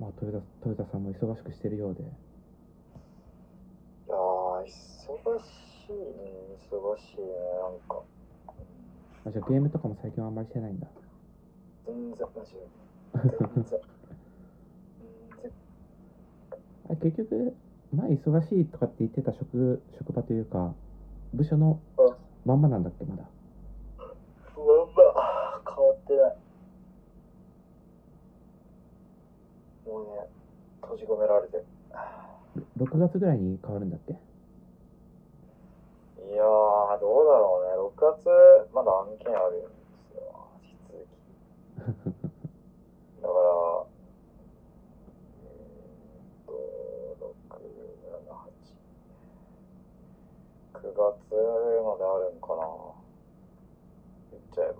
まあ、豊田豊田さんも忙しくしてるようでいやー、忙しいね、忙しいね、なんか。うんあじゃあゲームとかも最近はあんまりしてないんだ全然、マジで。全然。全然あ結局前忙しいとかって言ってた職職場というか部署のあまんまなんだっけまだまんま変わってないもうね閉じ込められてる6月ぐらいに変わるんだっけいやーどうだろうね6月まだ案件あるんですよ引き続きだからえーっと6789月まであるんかな言っちゃえば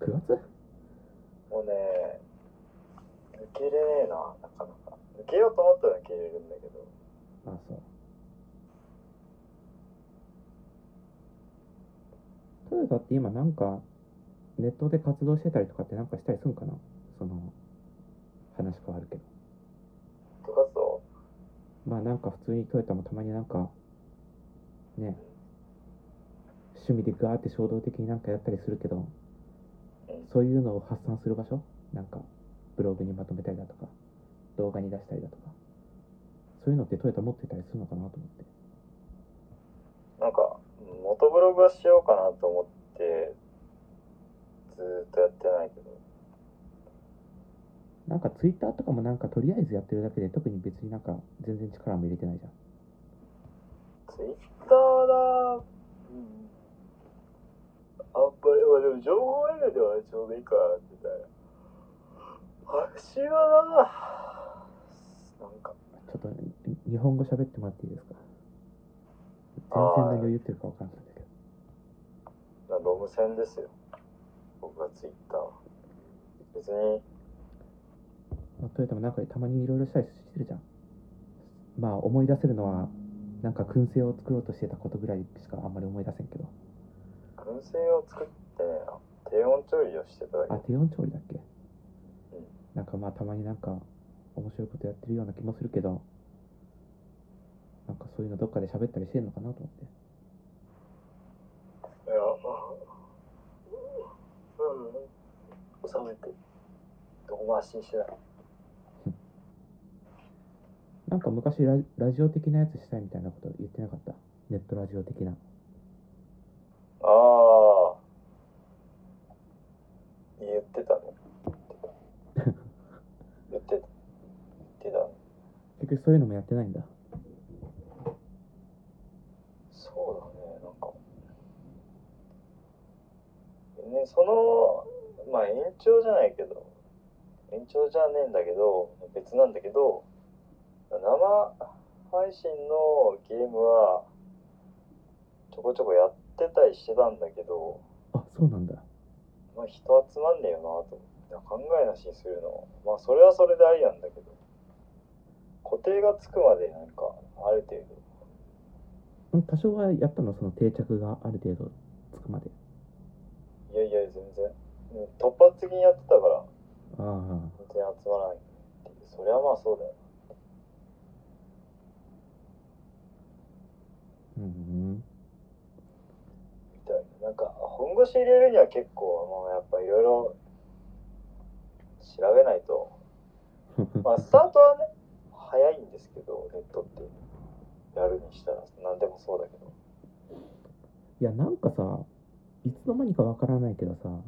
9月もうね、抜けれねえな、なかなか。抜けようと思ったら抜けれるんだけど、あそうトヨタって今なんかネットで活動してたりとかってなんかしたりするんかなその話変わるけど部活動まあなんか普通にトヨタもたまになんかね趣味でガーって衝動的になんかやったりするけどうんそういうのを発散する場所なんかブログにまとめたりだとか動画に出したりだとかそういうのってトヨタ持ってたりするのかなと思ってなんか、元ブログはしようかなと思って、ずーっとやってないけど、なんかツイッターとかもなんかとりあえずやってるだけで特に別になんか全然力も入れてないじゃんツイッターだ、うん、あんまり、まあでも情報得るではちょうどいいかな、みたいな。私はな、なんか、ちょっとに日本語喋ってもらっていいですか全然何を言ってるか分からないんだけどなロム線ですよ。僕がツイッターは。別に、まあトヨタもなんかたまにいろいろしたりしてるじゃんまあ思い出せるのはなんか燻製を作ろうとしてたことぐらいしかあんまり思い出せんけど燻製を作ってね低温調理をしてただけあ低温調理だっけうんなんかまあたまになんか面白いことやってるような気もするけどなんかそういうのどっかで喋ったりしてんのかなと思っていやうん冷めて遠回しにしてないなんか昔ララジオ的なやつしたいみたいなこと言ってなかったネットラジオ的なああ言ってたね言ってた言ってた言ってたね結局そういうのもやってないんだそうだねなんかねそのまあ延長じゃないけど延長じゃねえんだけど別なんだけど生配信のゲームはちょこちょこやってたりしてたんだけど、あそうなんだまあ、人集まんねえよなと思って考えなしにするのまあそれはそれでありなんだけど固定がつくまでなんかある程度うん多少はやったのその定着がある程度つくまでいやいや全然うん突発的にやってたからああ本当に集まらないっていうそりゃまあそうだようんみたいななんか本腰入れるには結構もうやっぱいろいろ調べない とうんまあスタートはね早いんですけどネットってやるにしたら何でもそうだけどいやなんかさいつの間にかわからないけどさうん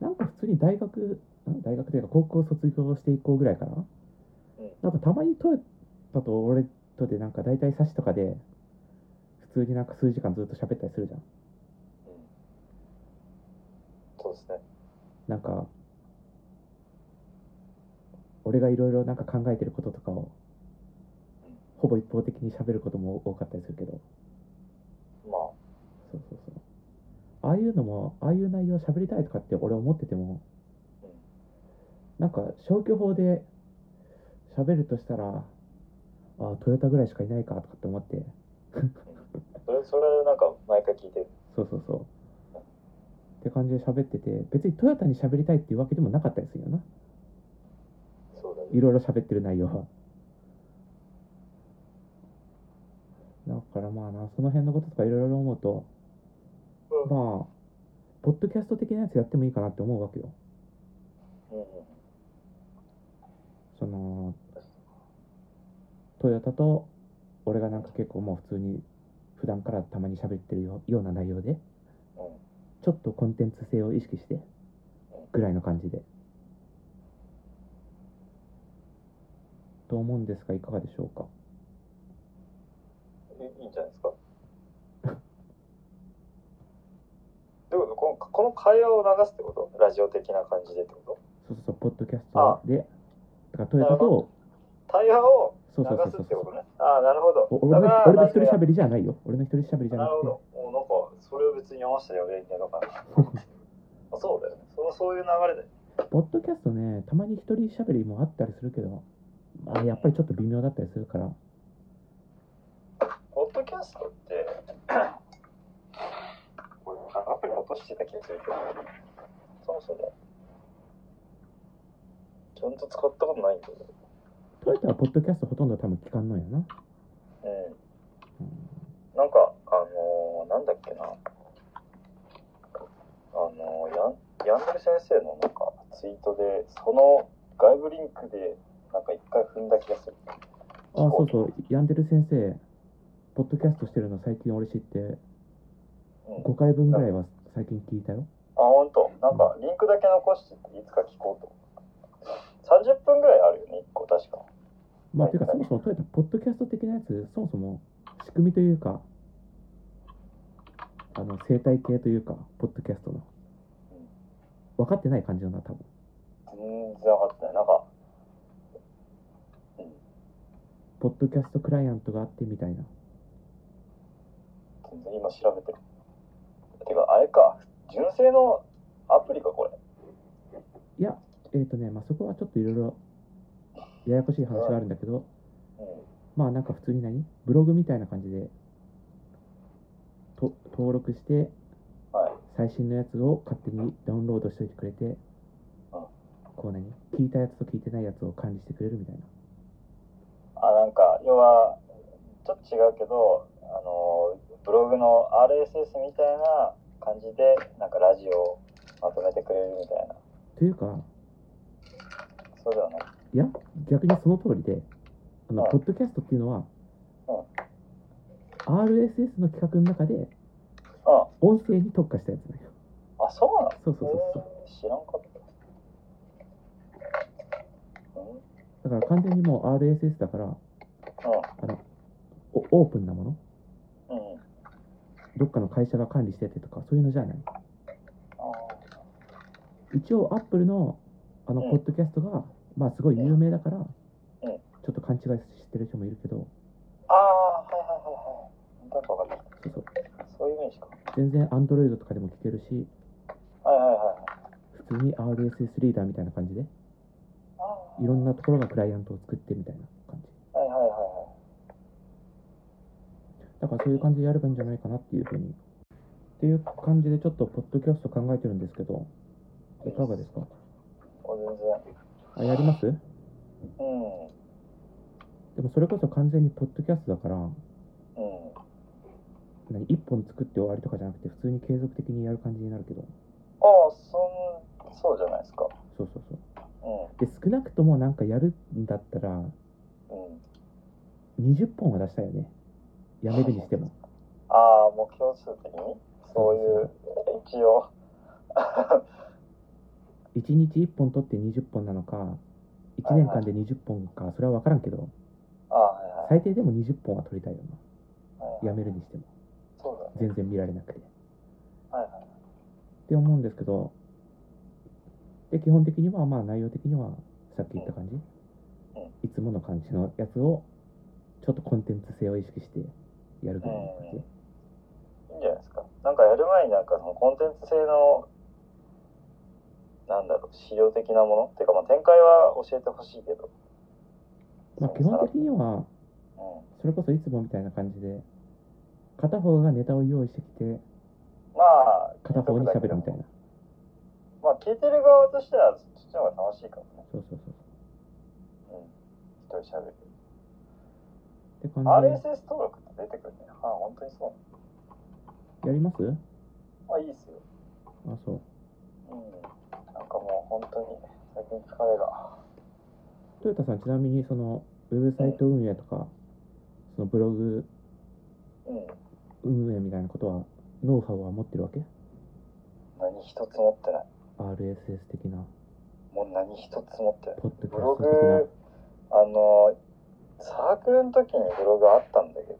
なんか普通に大学ん大学というか高校卒業して以降ぐらいから、うんなんかたまにトヨタと俺とでなんか大体差しとかで普通になんか数時間ずっと喋ったりするじゃんうんそうですねなんか俺がいろいろなんか考えてることとかをほぼ一方的に喋ることも多かったりするけどまあそうそうそうああいうのもああいう内容喋りたいとかって俺思っててもうんなんか消去法で喋るとしたらああトヨタぐらいしかいないかとかって思ってそれそれなんか毎回聞いてるそうそうそうって感じで喋ってて別にトヨタに喋りたいっていうわけでもなかったりするよないろいろ喋ってる内容はだからまあなその辺のこととかいろいろ思うとうんまあポッドキャスト的なやつやってもいいかなって思うわけようんそのトヨタと俺がなんか結構もう普通に普段からたまに喋ってるよような内容でうんちょっとコンテンツ性を意識してぐらいの感じでと思うんですがいかがでしょうかいいいんじゃないですか。どういうことこのこの会話を流すってことラジオ的な感じでってことそうそうそうポッドキャストでだからトヨタなると対話をそう流そうそうすそうってことね。ああ、なるほど。お俺だかのら俺の一人喋りじゃないよ俺の一人喋りじゃななるくてほど。もうなんか、それを別に山下でやれんやのかな。あ そうだよね。そのそういう流れで。ポッドキャストね、たまに一人喋りもあったりするけど、まあ、やっぱりちょっと微妙だったりするから、ポッドキャストって、 これ、アプリ落としてた気がするけど、そもそも、ちゃんと使ったことないんだけど。トヨタはポッドキャストほとんど多分聞かんのやな。ううん。んなんか、あのーなんだっけな。あのーやん、ヤンデル先生のなんかツイートで、その外部リンクで、なんか一回踏んだ気がする。あ、あ、そうそう、ヤンデル先生、ポッドキャストしてるの最近俺知って、うん、 5回分ぐらいは最近聞いたよ。あ、ほんと。なんか、リンクだけ残して、いつか聞こうと。30分ぐらいあるよね、1個確か。まあ、ていうか、そもそもトヨタ、ポッドキャスト的なやつ、そもそも仕組みというか、あの生態系というか、ポッドキャストの。分かってない感じだな、多分。全然上がってない。なんか、ポッドキャストクライアントがあってみたいな。全然今調べてる。てか、あれか、純正のアプリか、これ。いや、えっ、とね、まあ、そこはちょっといろいろややこしい話があるんだけど、うん。まあなんか普通に何ブログみたいな感じでと登録してはい。最新のやつを勝手にダウンロードしておいてくれて、あこう何聞いたやつと聞いてないやつを管理してくれるみたいな。あなんか要はちょっと違うけどあのブログの RSS みたいな感じでなんかラジオをまとめてくれるみたいなというか、そうではないいや、逆にその通りで、あの、あポッドキャストっていうのは、あ RSS の企画の中であ音声に特化したやつだよ。あそうなのそうそうそうそう。へー知らんかったうんうんだから完全にもう RSS だからあのおオープンなものうんどっかの会社が管理しててとかそういうのじゃないあ一応アップルのあのうんポッドキャストが、まあすごい有名だから、うんちょっと勘違いしてる人もいるけどああーはいはいはいはいなんかわかっそうそうたそういうイメージか全然 Android とかでも聞けるしはいはいはいはい普通に RSS リーダーみたいな感じであーいろんなところがクライアントを作ってみたいな感じはいはいはいはいだからそういう感じでやればいいんじゃないかなっていうふうにっていう感じでちょっとポッドキャスト考えてるんですけどいかがですかお全然あやりますうんでもそれこそ完全にポッドキャストだからうん何1本作って終わりとかじゃなくて普通に継続的にやる感じになるけどああそんそうじゃないですかそうそうそううんで少なくともなんかやるんだったらうん、 20本は出したいよねやめるにしてもああ、目標数的にそういう、一応。 1日1本取って20本なのか1年間で20本かそれは分からんけどああ、はい最低でも20本は取りたいよはいはい。なやめるにしてもそうだね。全然見られなくてっはいはい。て思うんですけどで基本的にはまあ内容的にはさっき言った感じうんいつもの感じのやつをちょっとコンテンツ性を意識してやるぐらいの感じいいんじゃないですか。なんかやる前になんかそのコンテンツ性の、なんだろう、資料的なものっていうか、まあ、展開は教えてほしいけど。まあ、基本的に。にはうん。それこそいつもみたいな感じで片方がネタを用意してきてまあ、片方に喋るみたいな。なまあ、聞いてる側としては、そっちの方が楽しいかもね。そうそうそう人喋る。て感じ RSS 登録って出てくるね。あ、本当にそうやりますなの。あ、いいっすよ。あそううん。なんかもう本当に最近疲れが。トヨタさんちなみにそのウェブサイト運営とかそのブログうん。運営みたいなことはノウハウは持ってるわけ何一つ持ってない。 RSS 的なもう何一つ持ってない。ポッドキャブロストグ的な、あの、サークルの時にブログあったんだけど、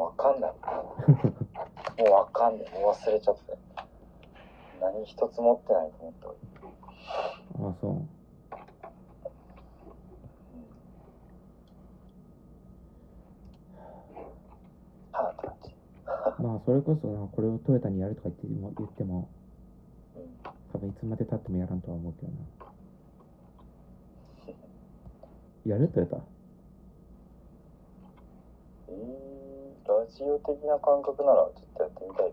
わかん ない。もうわかんない。もう忘れちゃった。何一つ持ってないと思った。あそうハートたち。まあそれこそなこれをトヨタにやるとか言っても言ってもうん多分いつまでたってもやらんとは思うけどなやるトヨタうーんラジオ的な感覚ならちょっとやってみたいけ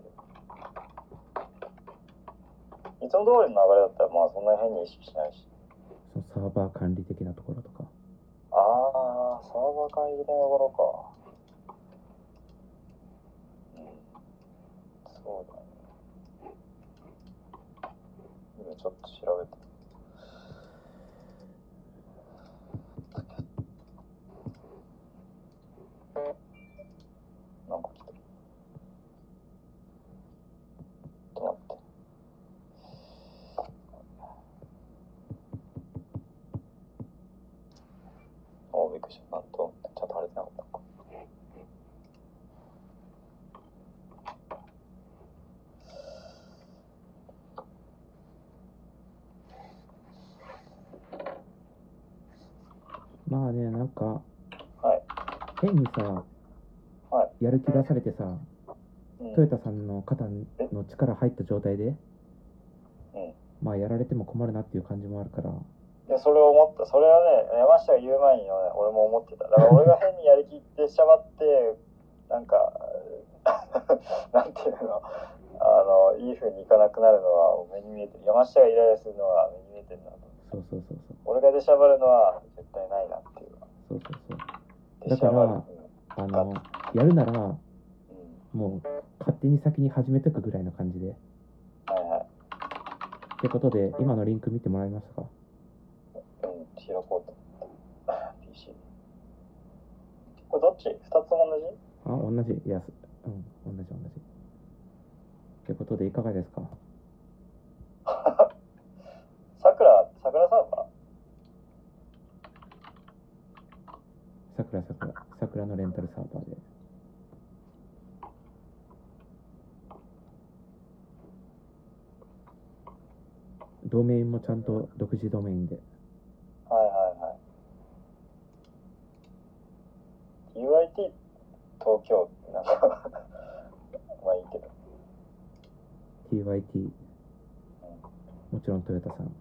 どいつも通りの流れだったらまあそんなに変に意識しないしそのサーバー管理的なところとかああサーバー管理的なところかうんそうだね今ちょっと調べてなんか来たちょっと待っておびっくりしたなんとちゃんと晴れてなかったまあねなんか、はい変にさ、はやる気出されてさうんトヨタさんの肩の力入った状態で、うんまあやられても困るなっていう感じもあるからいやそれを思ったそれはね山下が言う前にね俺も思ってただから俺が変にやる気ってしゃばってなんか なんていうのあのいい風にいかなくなるのは目に見えてる山下がイライラするのは目に見えてるなとそうそうそうそう俺が出しゃばるのは絶対ないなっていうそうそうそう出しゃばるだあのやるならうんうんもう勝手に先に始めとくぐらいの感じではいはいってことで今のリンク見てもらいましたかうん開こうと思った PC これどっち2つも同じあ同じいやすうん同じ同じってことでいかがですかさくらさくらサーバさくらさくらさくらのレンタルサーバーでドメインもちゃんと独自ドメインでーはいはいはい UIT 東京ってなんか まあいいけど TYT もちろんトヨタさん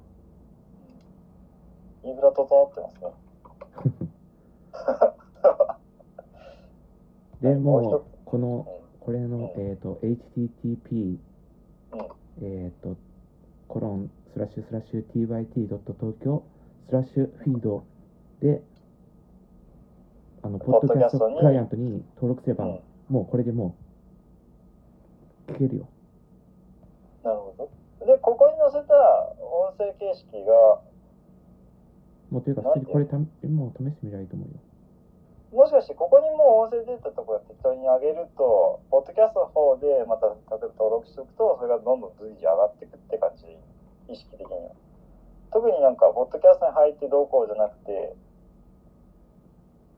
インフラ整ってますねでもう一つもうこのうこれの、えっ、と、http、えっ、と、コロン、スラッシュスラッシュ tyt.tokyo、スラッシュフィードで、あの、ポポッッドドキキャャスストトクにライアントに登録すれば、ん、うん、もうこれでもう、聞けるよ。なるほどでここに載せた音声形式がもうというか、なん普で通にこれた、もう試してみればいいと思うよ。もしかしてここにもう音声データとか適当に上げるとポッドキャストの方でまた例えば登録しておくとそれがどんどん随時上がっていくって感じで意識的には特になんかポッドキャストに入ってどうこうじゃなくて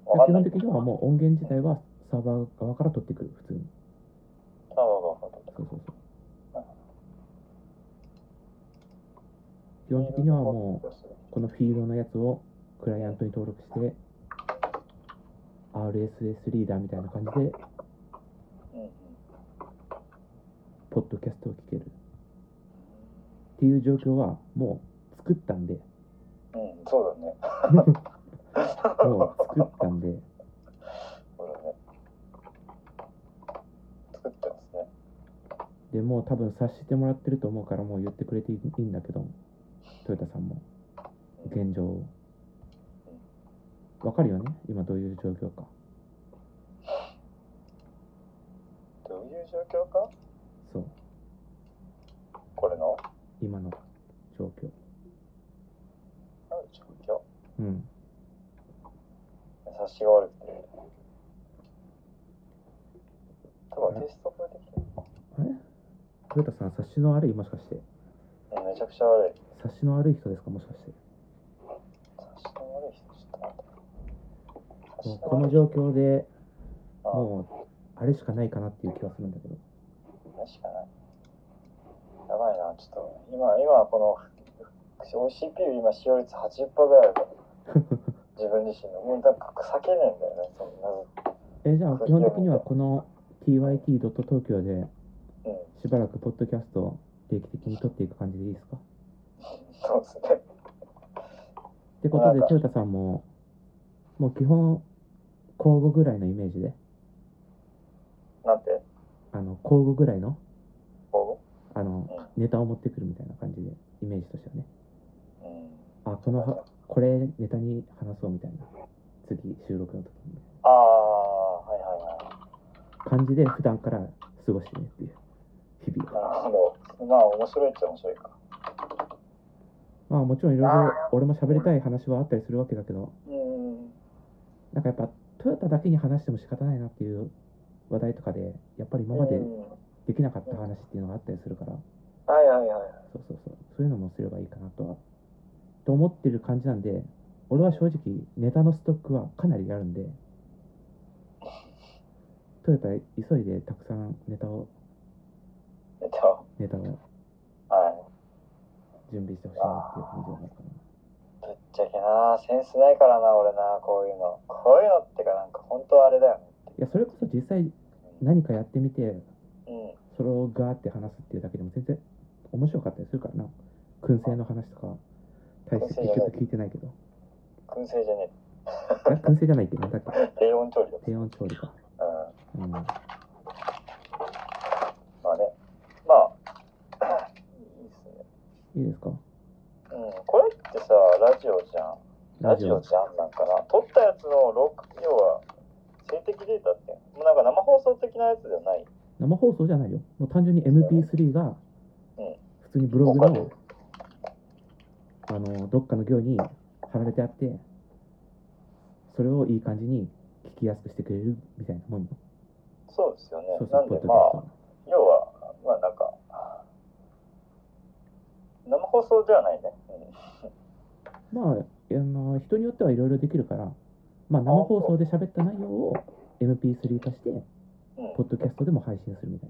わか基んない本的にはもう音源自体はサーバー側から取ってくる、普通に。多分わかんないそうそうそう。 基本的にはもう、このフィールドのやつをクライアントに登録して RSS リーダーみたいな感じでうんうんポッドキャストを聞けるっていう状況はもう作った んでうん、そうだね。もう作ったんでそうだね。作ってますね。でもう多分察してもらってると思うからもう言ってくれていいんだけどトヨタさんも現状をわかるよね今どういう状況かどういう状況かそうこれの今の状況何の状況うん察しが悪くて多分テストこれできないえトヨタさん察しの悪いもしかしてうんめちゃくちゃ悪い察しの悪い人ですかもしかして察しの悪い人ちょっと待って察しもうこ悪いの状況でああもうあれしかないかなっていう気はするんだけどこれしかないやばいなちょっと今今この CPU 今使用率80%ぐら いだから自分自身のもうなんか避けねえんだよねその謎えじゃあ基本的にはこの TYT.tokyo でうんしばらくポッドキャストを定期的に撮っていく感じでいいですかそうですねってことわかでったトヨタさんももう基本交互ぐらいのイメージでなんてあの交互ぐらいのこあのネタを持ってくるみたいな感じでイメージとしてはねううんあこのはこれネタに話そうみたいな次収録の時にああはいはいはい感じで普段から過ごしてねっていう日々なるほどまあ面白いっちゃ面白いかまあもちろんいろいろ俺も喋りたい話はあったりするわけだけどうんなんかやっぱトヨタだけに話しても仕方ないなっていう話題とかでやっぱり今までうんできなかった話っていうのがあったりするからはいはいはいそうそうそうそういうのもすればいいかなとはと思ってる感じなんで俺は正直ネタのストックはかなりあるんでトヨタ急いでたくさんネタをえっとネタをは準備してほしいなっていう感じはあるかなぶっちゃけなセンスないからな俺なこういうのこういうのってかなんか本当あれだよねいやそれこそ実際何かやってみてうんそれをガーって話すっていうだけでも全然面白かったりするからな燻製の話とか大して結局聞いてないけど燻製じゃねあ燻製じゃないっけなんだっけえ低温調理だ低温調理かうんうんはまあねまあ いいっすねいいですかうんこれってさラジオじゃんラジオじゃんなんかな撮ったやつの録要は性的データってもうなんか生放送的なやつじゃない生放送じゃないよもう単純に MP3 がうん普通にブログわかのるあのどっかの行に貼られてあってそれをいい感じに聞きやすくしてくれるみたいなもんよそうですよねそうそなうんポでッドキまャスあトの要はまあなんか生放送ではないね、うんまああの人によってはいろいろできるから、まあ、生放送で喋った内容を MP3 化してうんポッドキャストでも配信するみたい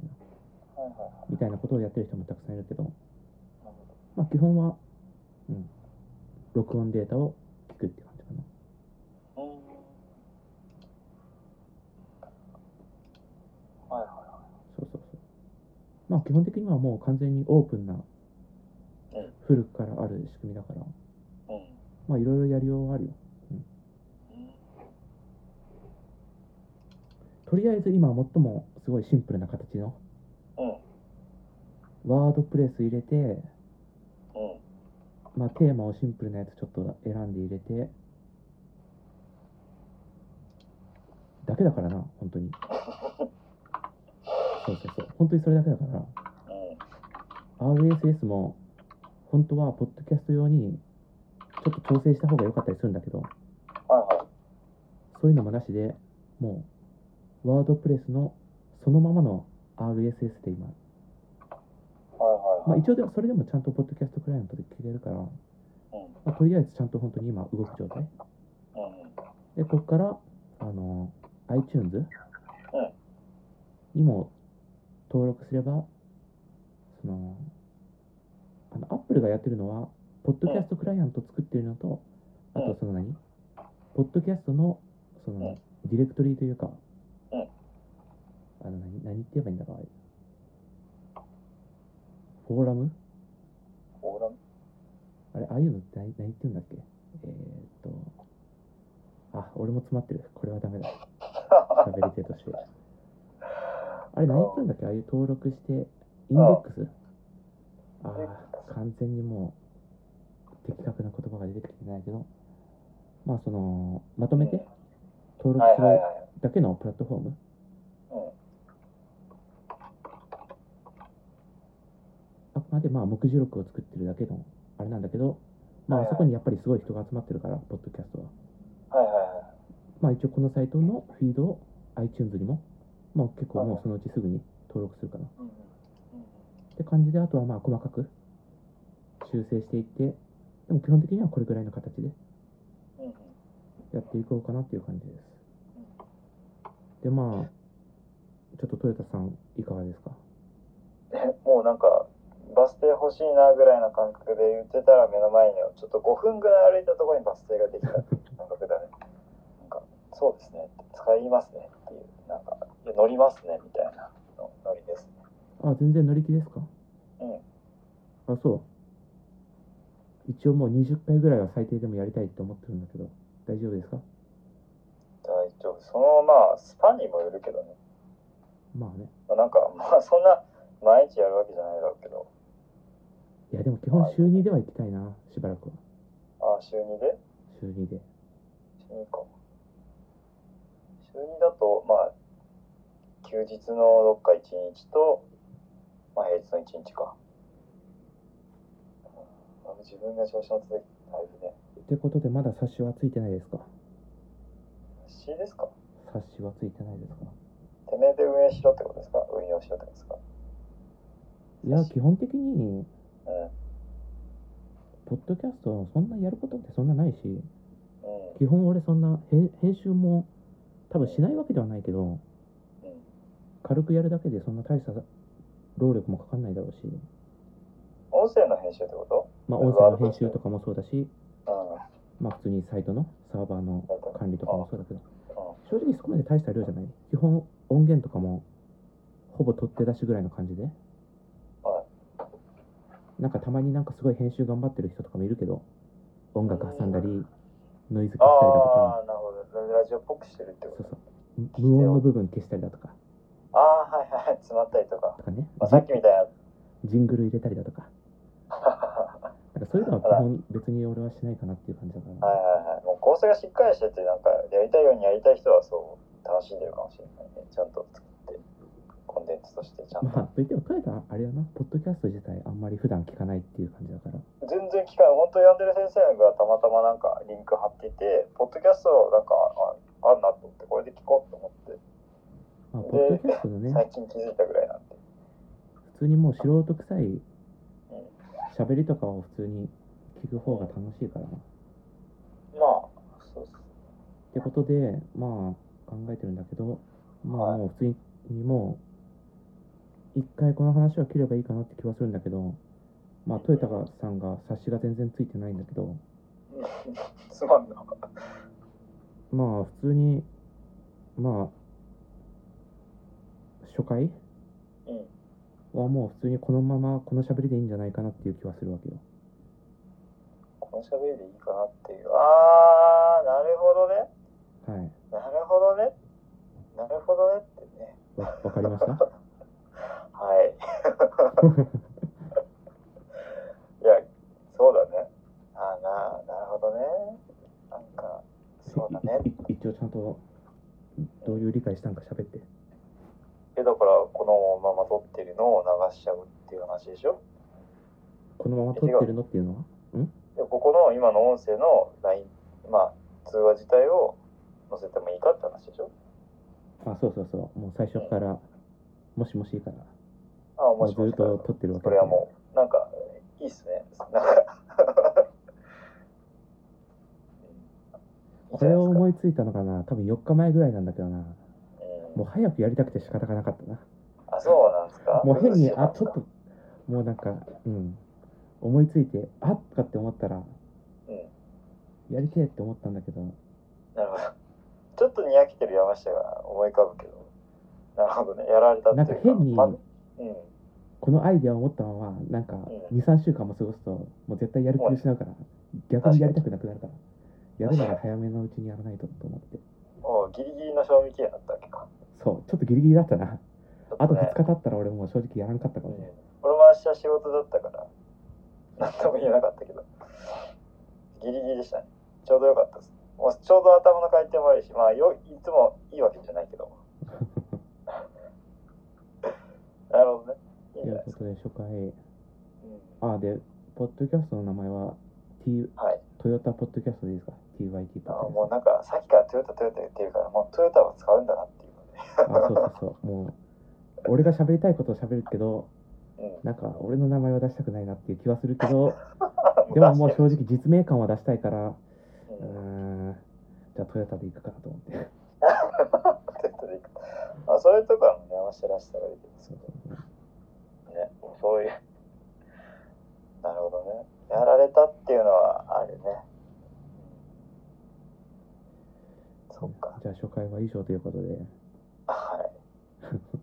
なはいはいはいみたいなことをやってる人もたくさんいるけど、なるほどまあ、基本は、うん、録音データを聞くって感じかなうんはいはそうそうそうまあ基本的にはもう完全にオープンなうん古くからある仕組みだからいうんまあいろいろやりようはあるようんとりあえず今最もすごいシンプルな形のうんワードプレス入れてうんまあ、テーマをシンプルなやつちょっと選んで入れてだけだからな本当にそうそうそう本当にそれだけだからうん RSS も本当はポッドキャスト用にちょっと調整した方が良かったりするんだけどはいはいそういうのもなしでもうワードプレスのそのままの RSS で今、はいまはあ、いはい一応でもそれでもちゃんとポッドキャストクライアントで聞けるから、まうあ、んとりあえずちゃんと本当に今動く状態うんうんで、ここから、あの、iTunes にも登録すれば、その、あの、Apple がやってるのは、ポッドキャストクライアント作ってるのと、あうんとその何ポッドキャストの、その、ディレクトリというか、うんあの、何、何って言えばいいんだろう、あれ。フォーラムオーラムあれ、ああいうのって何何って言うんだっけえー、っと、あ、俺も詰まってる。これはダメだ。喋り手として。あれ、何言って言うんだっけああいう登録して、インデックスああー、完全にもう、的確な言葉が出てきてないけど、まあそのまとめうてん登は録いすはいるはい。だけのプラットフォームうんあくまでまあ目次録を作ってるだけのあれなんだけどまあはいはいあそこにやっぱりすごい人が集まってるからポッドキャストははいはいはい。まあ一応このサイトのフィードを iTunes にもまあ結構もうそのうちすぐに登録するかなうんうんって感じであとはまあ細かく修正していってでも基本的にはこれぐらいの形でうんうんやっていこうかなっていう感じですでまあちょっとトヨタさんいかがですかえもうなんかバス停欲しいなぐらいの感覚で言ってたら目の前にはちょっと5分ぐらい歩いたところにバス停ができたっていう感覚だねなんかそうですね使いますねっていうなんかいや乗りますねみたいなのノリですねあ全然乗り気ですかうんあそう一応もう20回ぐらいは最低でもやりたいと思ってるんだけど大丈夫ですか大丈夫そのまあスパンにもよるけどね、まあねまあ、なんかまあそんな毎日やるわけじゃないだろうけどいやでも基本週2では行きたいなしばらくはああ週2で週2で週2か週2だとまあ休日のどっか一日と、まあ、平日の一日か、うん、自分が調子乗っててだいぶねってことでまだ冊子はついてないですかしいですか冊子はついてないですかてめえで運営しろってことですか運用しろってことですかいや基本的にうんポッドキャストそんなやることってそんなないしうん基本俺そんな編編集も多分しないわけではないけどうん軽くやるだけでそんな大した労力もかかんないだろうし音声の編集ってこまあ音声の編集とかもそうだしとうんまあ普通にサイトのサーバーの管理とかもそうだけどうん正直そこまで大した量じゃない基本音源とかもほぼ取って出しぐらいの感じではなんかたまになんかすごい編集頑張ってる人とかもいるけど音楽挟んだりノイズ消したりだとあかあなるほどラジオっぽくしてるっそてうことそう無音の部分消したりだとかああはいはい詰まったりとか、とかねまあ、さっきみたいなジングル入れたりだと かなんかそういうのは基本別に俺はしないかなっていう感じだから、はいはいはい。もう構成がしっかりしてて、なんかやりたいようにやりたい人はそう楽しんでるかもしれないね。ちゃんと作って、コンテンツとしてちゃんまあと。といってもトヨタはあれだなポッドキャスト自体あんまり普段聞かないっていう感じだから全然機会、本当にやってる先生がたまたまなんかリンク貼ってて、ポッドキャストなんかああるなと思って、これで聞こうと思って、まあポッドキャストのね最近気づいたぐらいなんで。普通にもう素人臭いうん喋りとかを普通に聞く方が楽しいからなまあ、そうっす。ってことでまあ考えてるんだけどまはあいもう普通にもう一回この話は切ればいいかなって気はするんだけどまあトヨタがさんが冊子が全然ついてないんだけどうんつまんな。まあ普通にまあ初回うん。はもう普通にこのままこの喋りでいいんじゃないかなっていう気はするわけよこの喋りでいいかなっていう。あー、なるほどね。はいなるほどね。なるほどねってね。わわかりましたはい。いや、そうだね。あーな、なるほどね。なんか、 そうだい いね。一応ちゃんとどういう理解したんか喋ってえ、だから、このまま撮ってるのを流しちゃうっていう話でしょこのまま撮ってるのっていうのはで、ここの今の音声の LINE、まあ、通話自体を載せてもいいかって話でしょあそうそうそうもう最初からもしもしからあー、もうもずしもっしかと撮ってるわけ。それはもう、なんか、いいっすね。なんか これを思いついたのかな多分4日前ぐらいなんだけどなうんもう早くやりたくて仕方がなかったなあ、そうなんですか。もう変にそうあなんすちょかっともうなんかうん思いついてあっとかって思ったらうん。やりてえって思ったんだけどなるほど。ちょっとにやけてる山下が思い浮かぶけど。なるほどね。やられたってないうんか変にまうん。このアイデアを持ったままなんかうん23週間も過ごすともう絶対やる気失うから逆にやりたくなくなるからやるなら早めのうちにやらないとと思っておうギリギリの賞味期限だったわけか。そうちょっとギリギリだったなちょっあとね2日経ったら俺もう正直やらなかったかうもんしれない。俺も明日仕事だったから、なんとも言えなかったけど。ギリギリでしたね。ちょうどよかったです。もうちょうど頭の回転も悪いし、まあ、よいつもいいわけじゃない けど。なるほどね。いいとんじいゃなういこですか。とで初回うん、あでポッドキャストの名前は T はい。トヨタポッドキャストでいいですか ?TYT ポあッもドうなんか、さっきからトヨタトヨタ言ってるから、もうトヨタは使うんだなっていうのね。キャスト。あ、そうそうそう。もう、俺が喋りたいことを喋るけど、うん。なんか俺の名前は出したくないなっていう気はするけ ど、あでももう 確か正直実名感は出したいから、にうーうんん、じゃあトヨタで行くかなと思って。 テストでいくあそういうとこはね合わせらしさが出てますそけうそうそうどねそういうなるほどねやられたっていうのはあるねそっか じゃあ初回は以上ということで、はい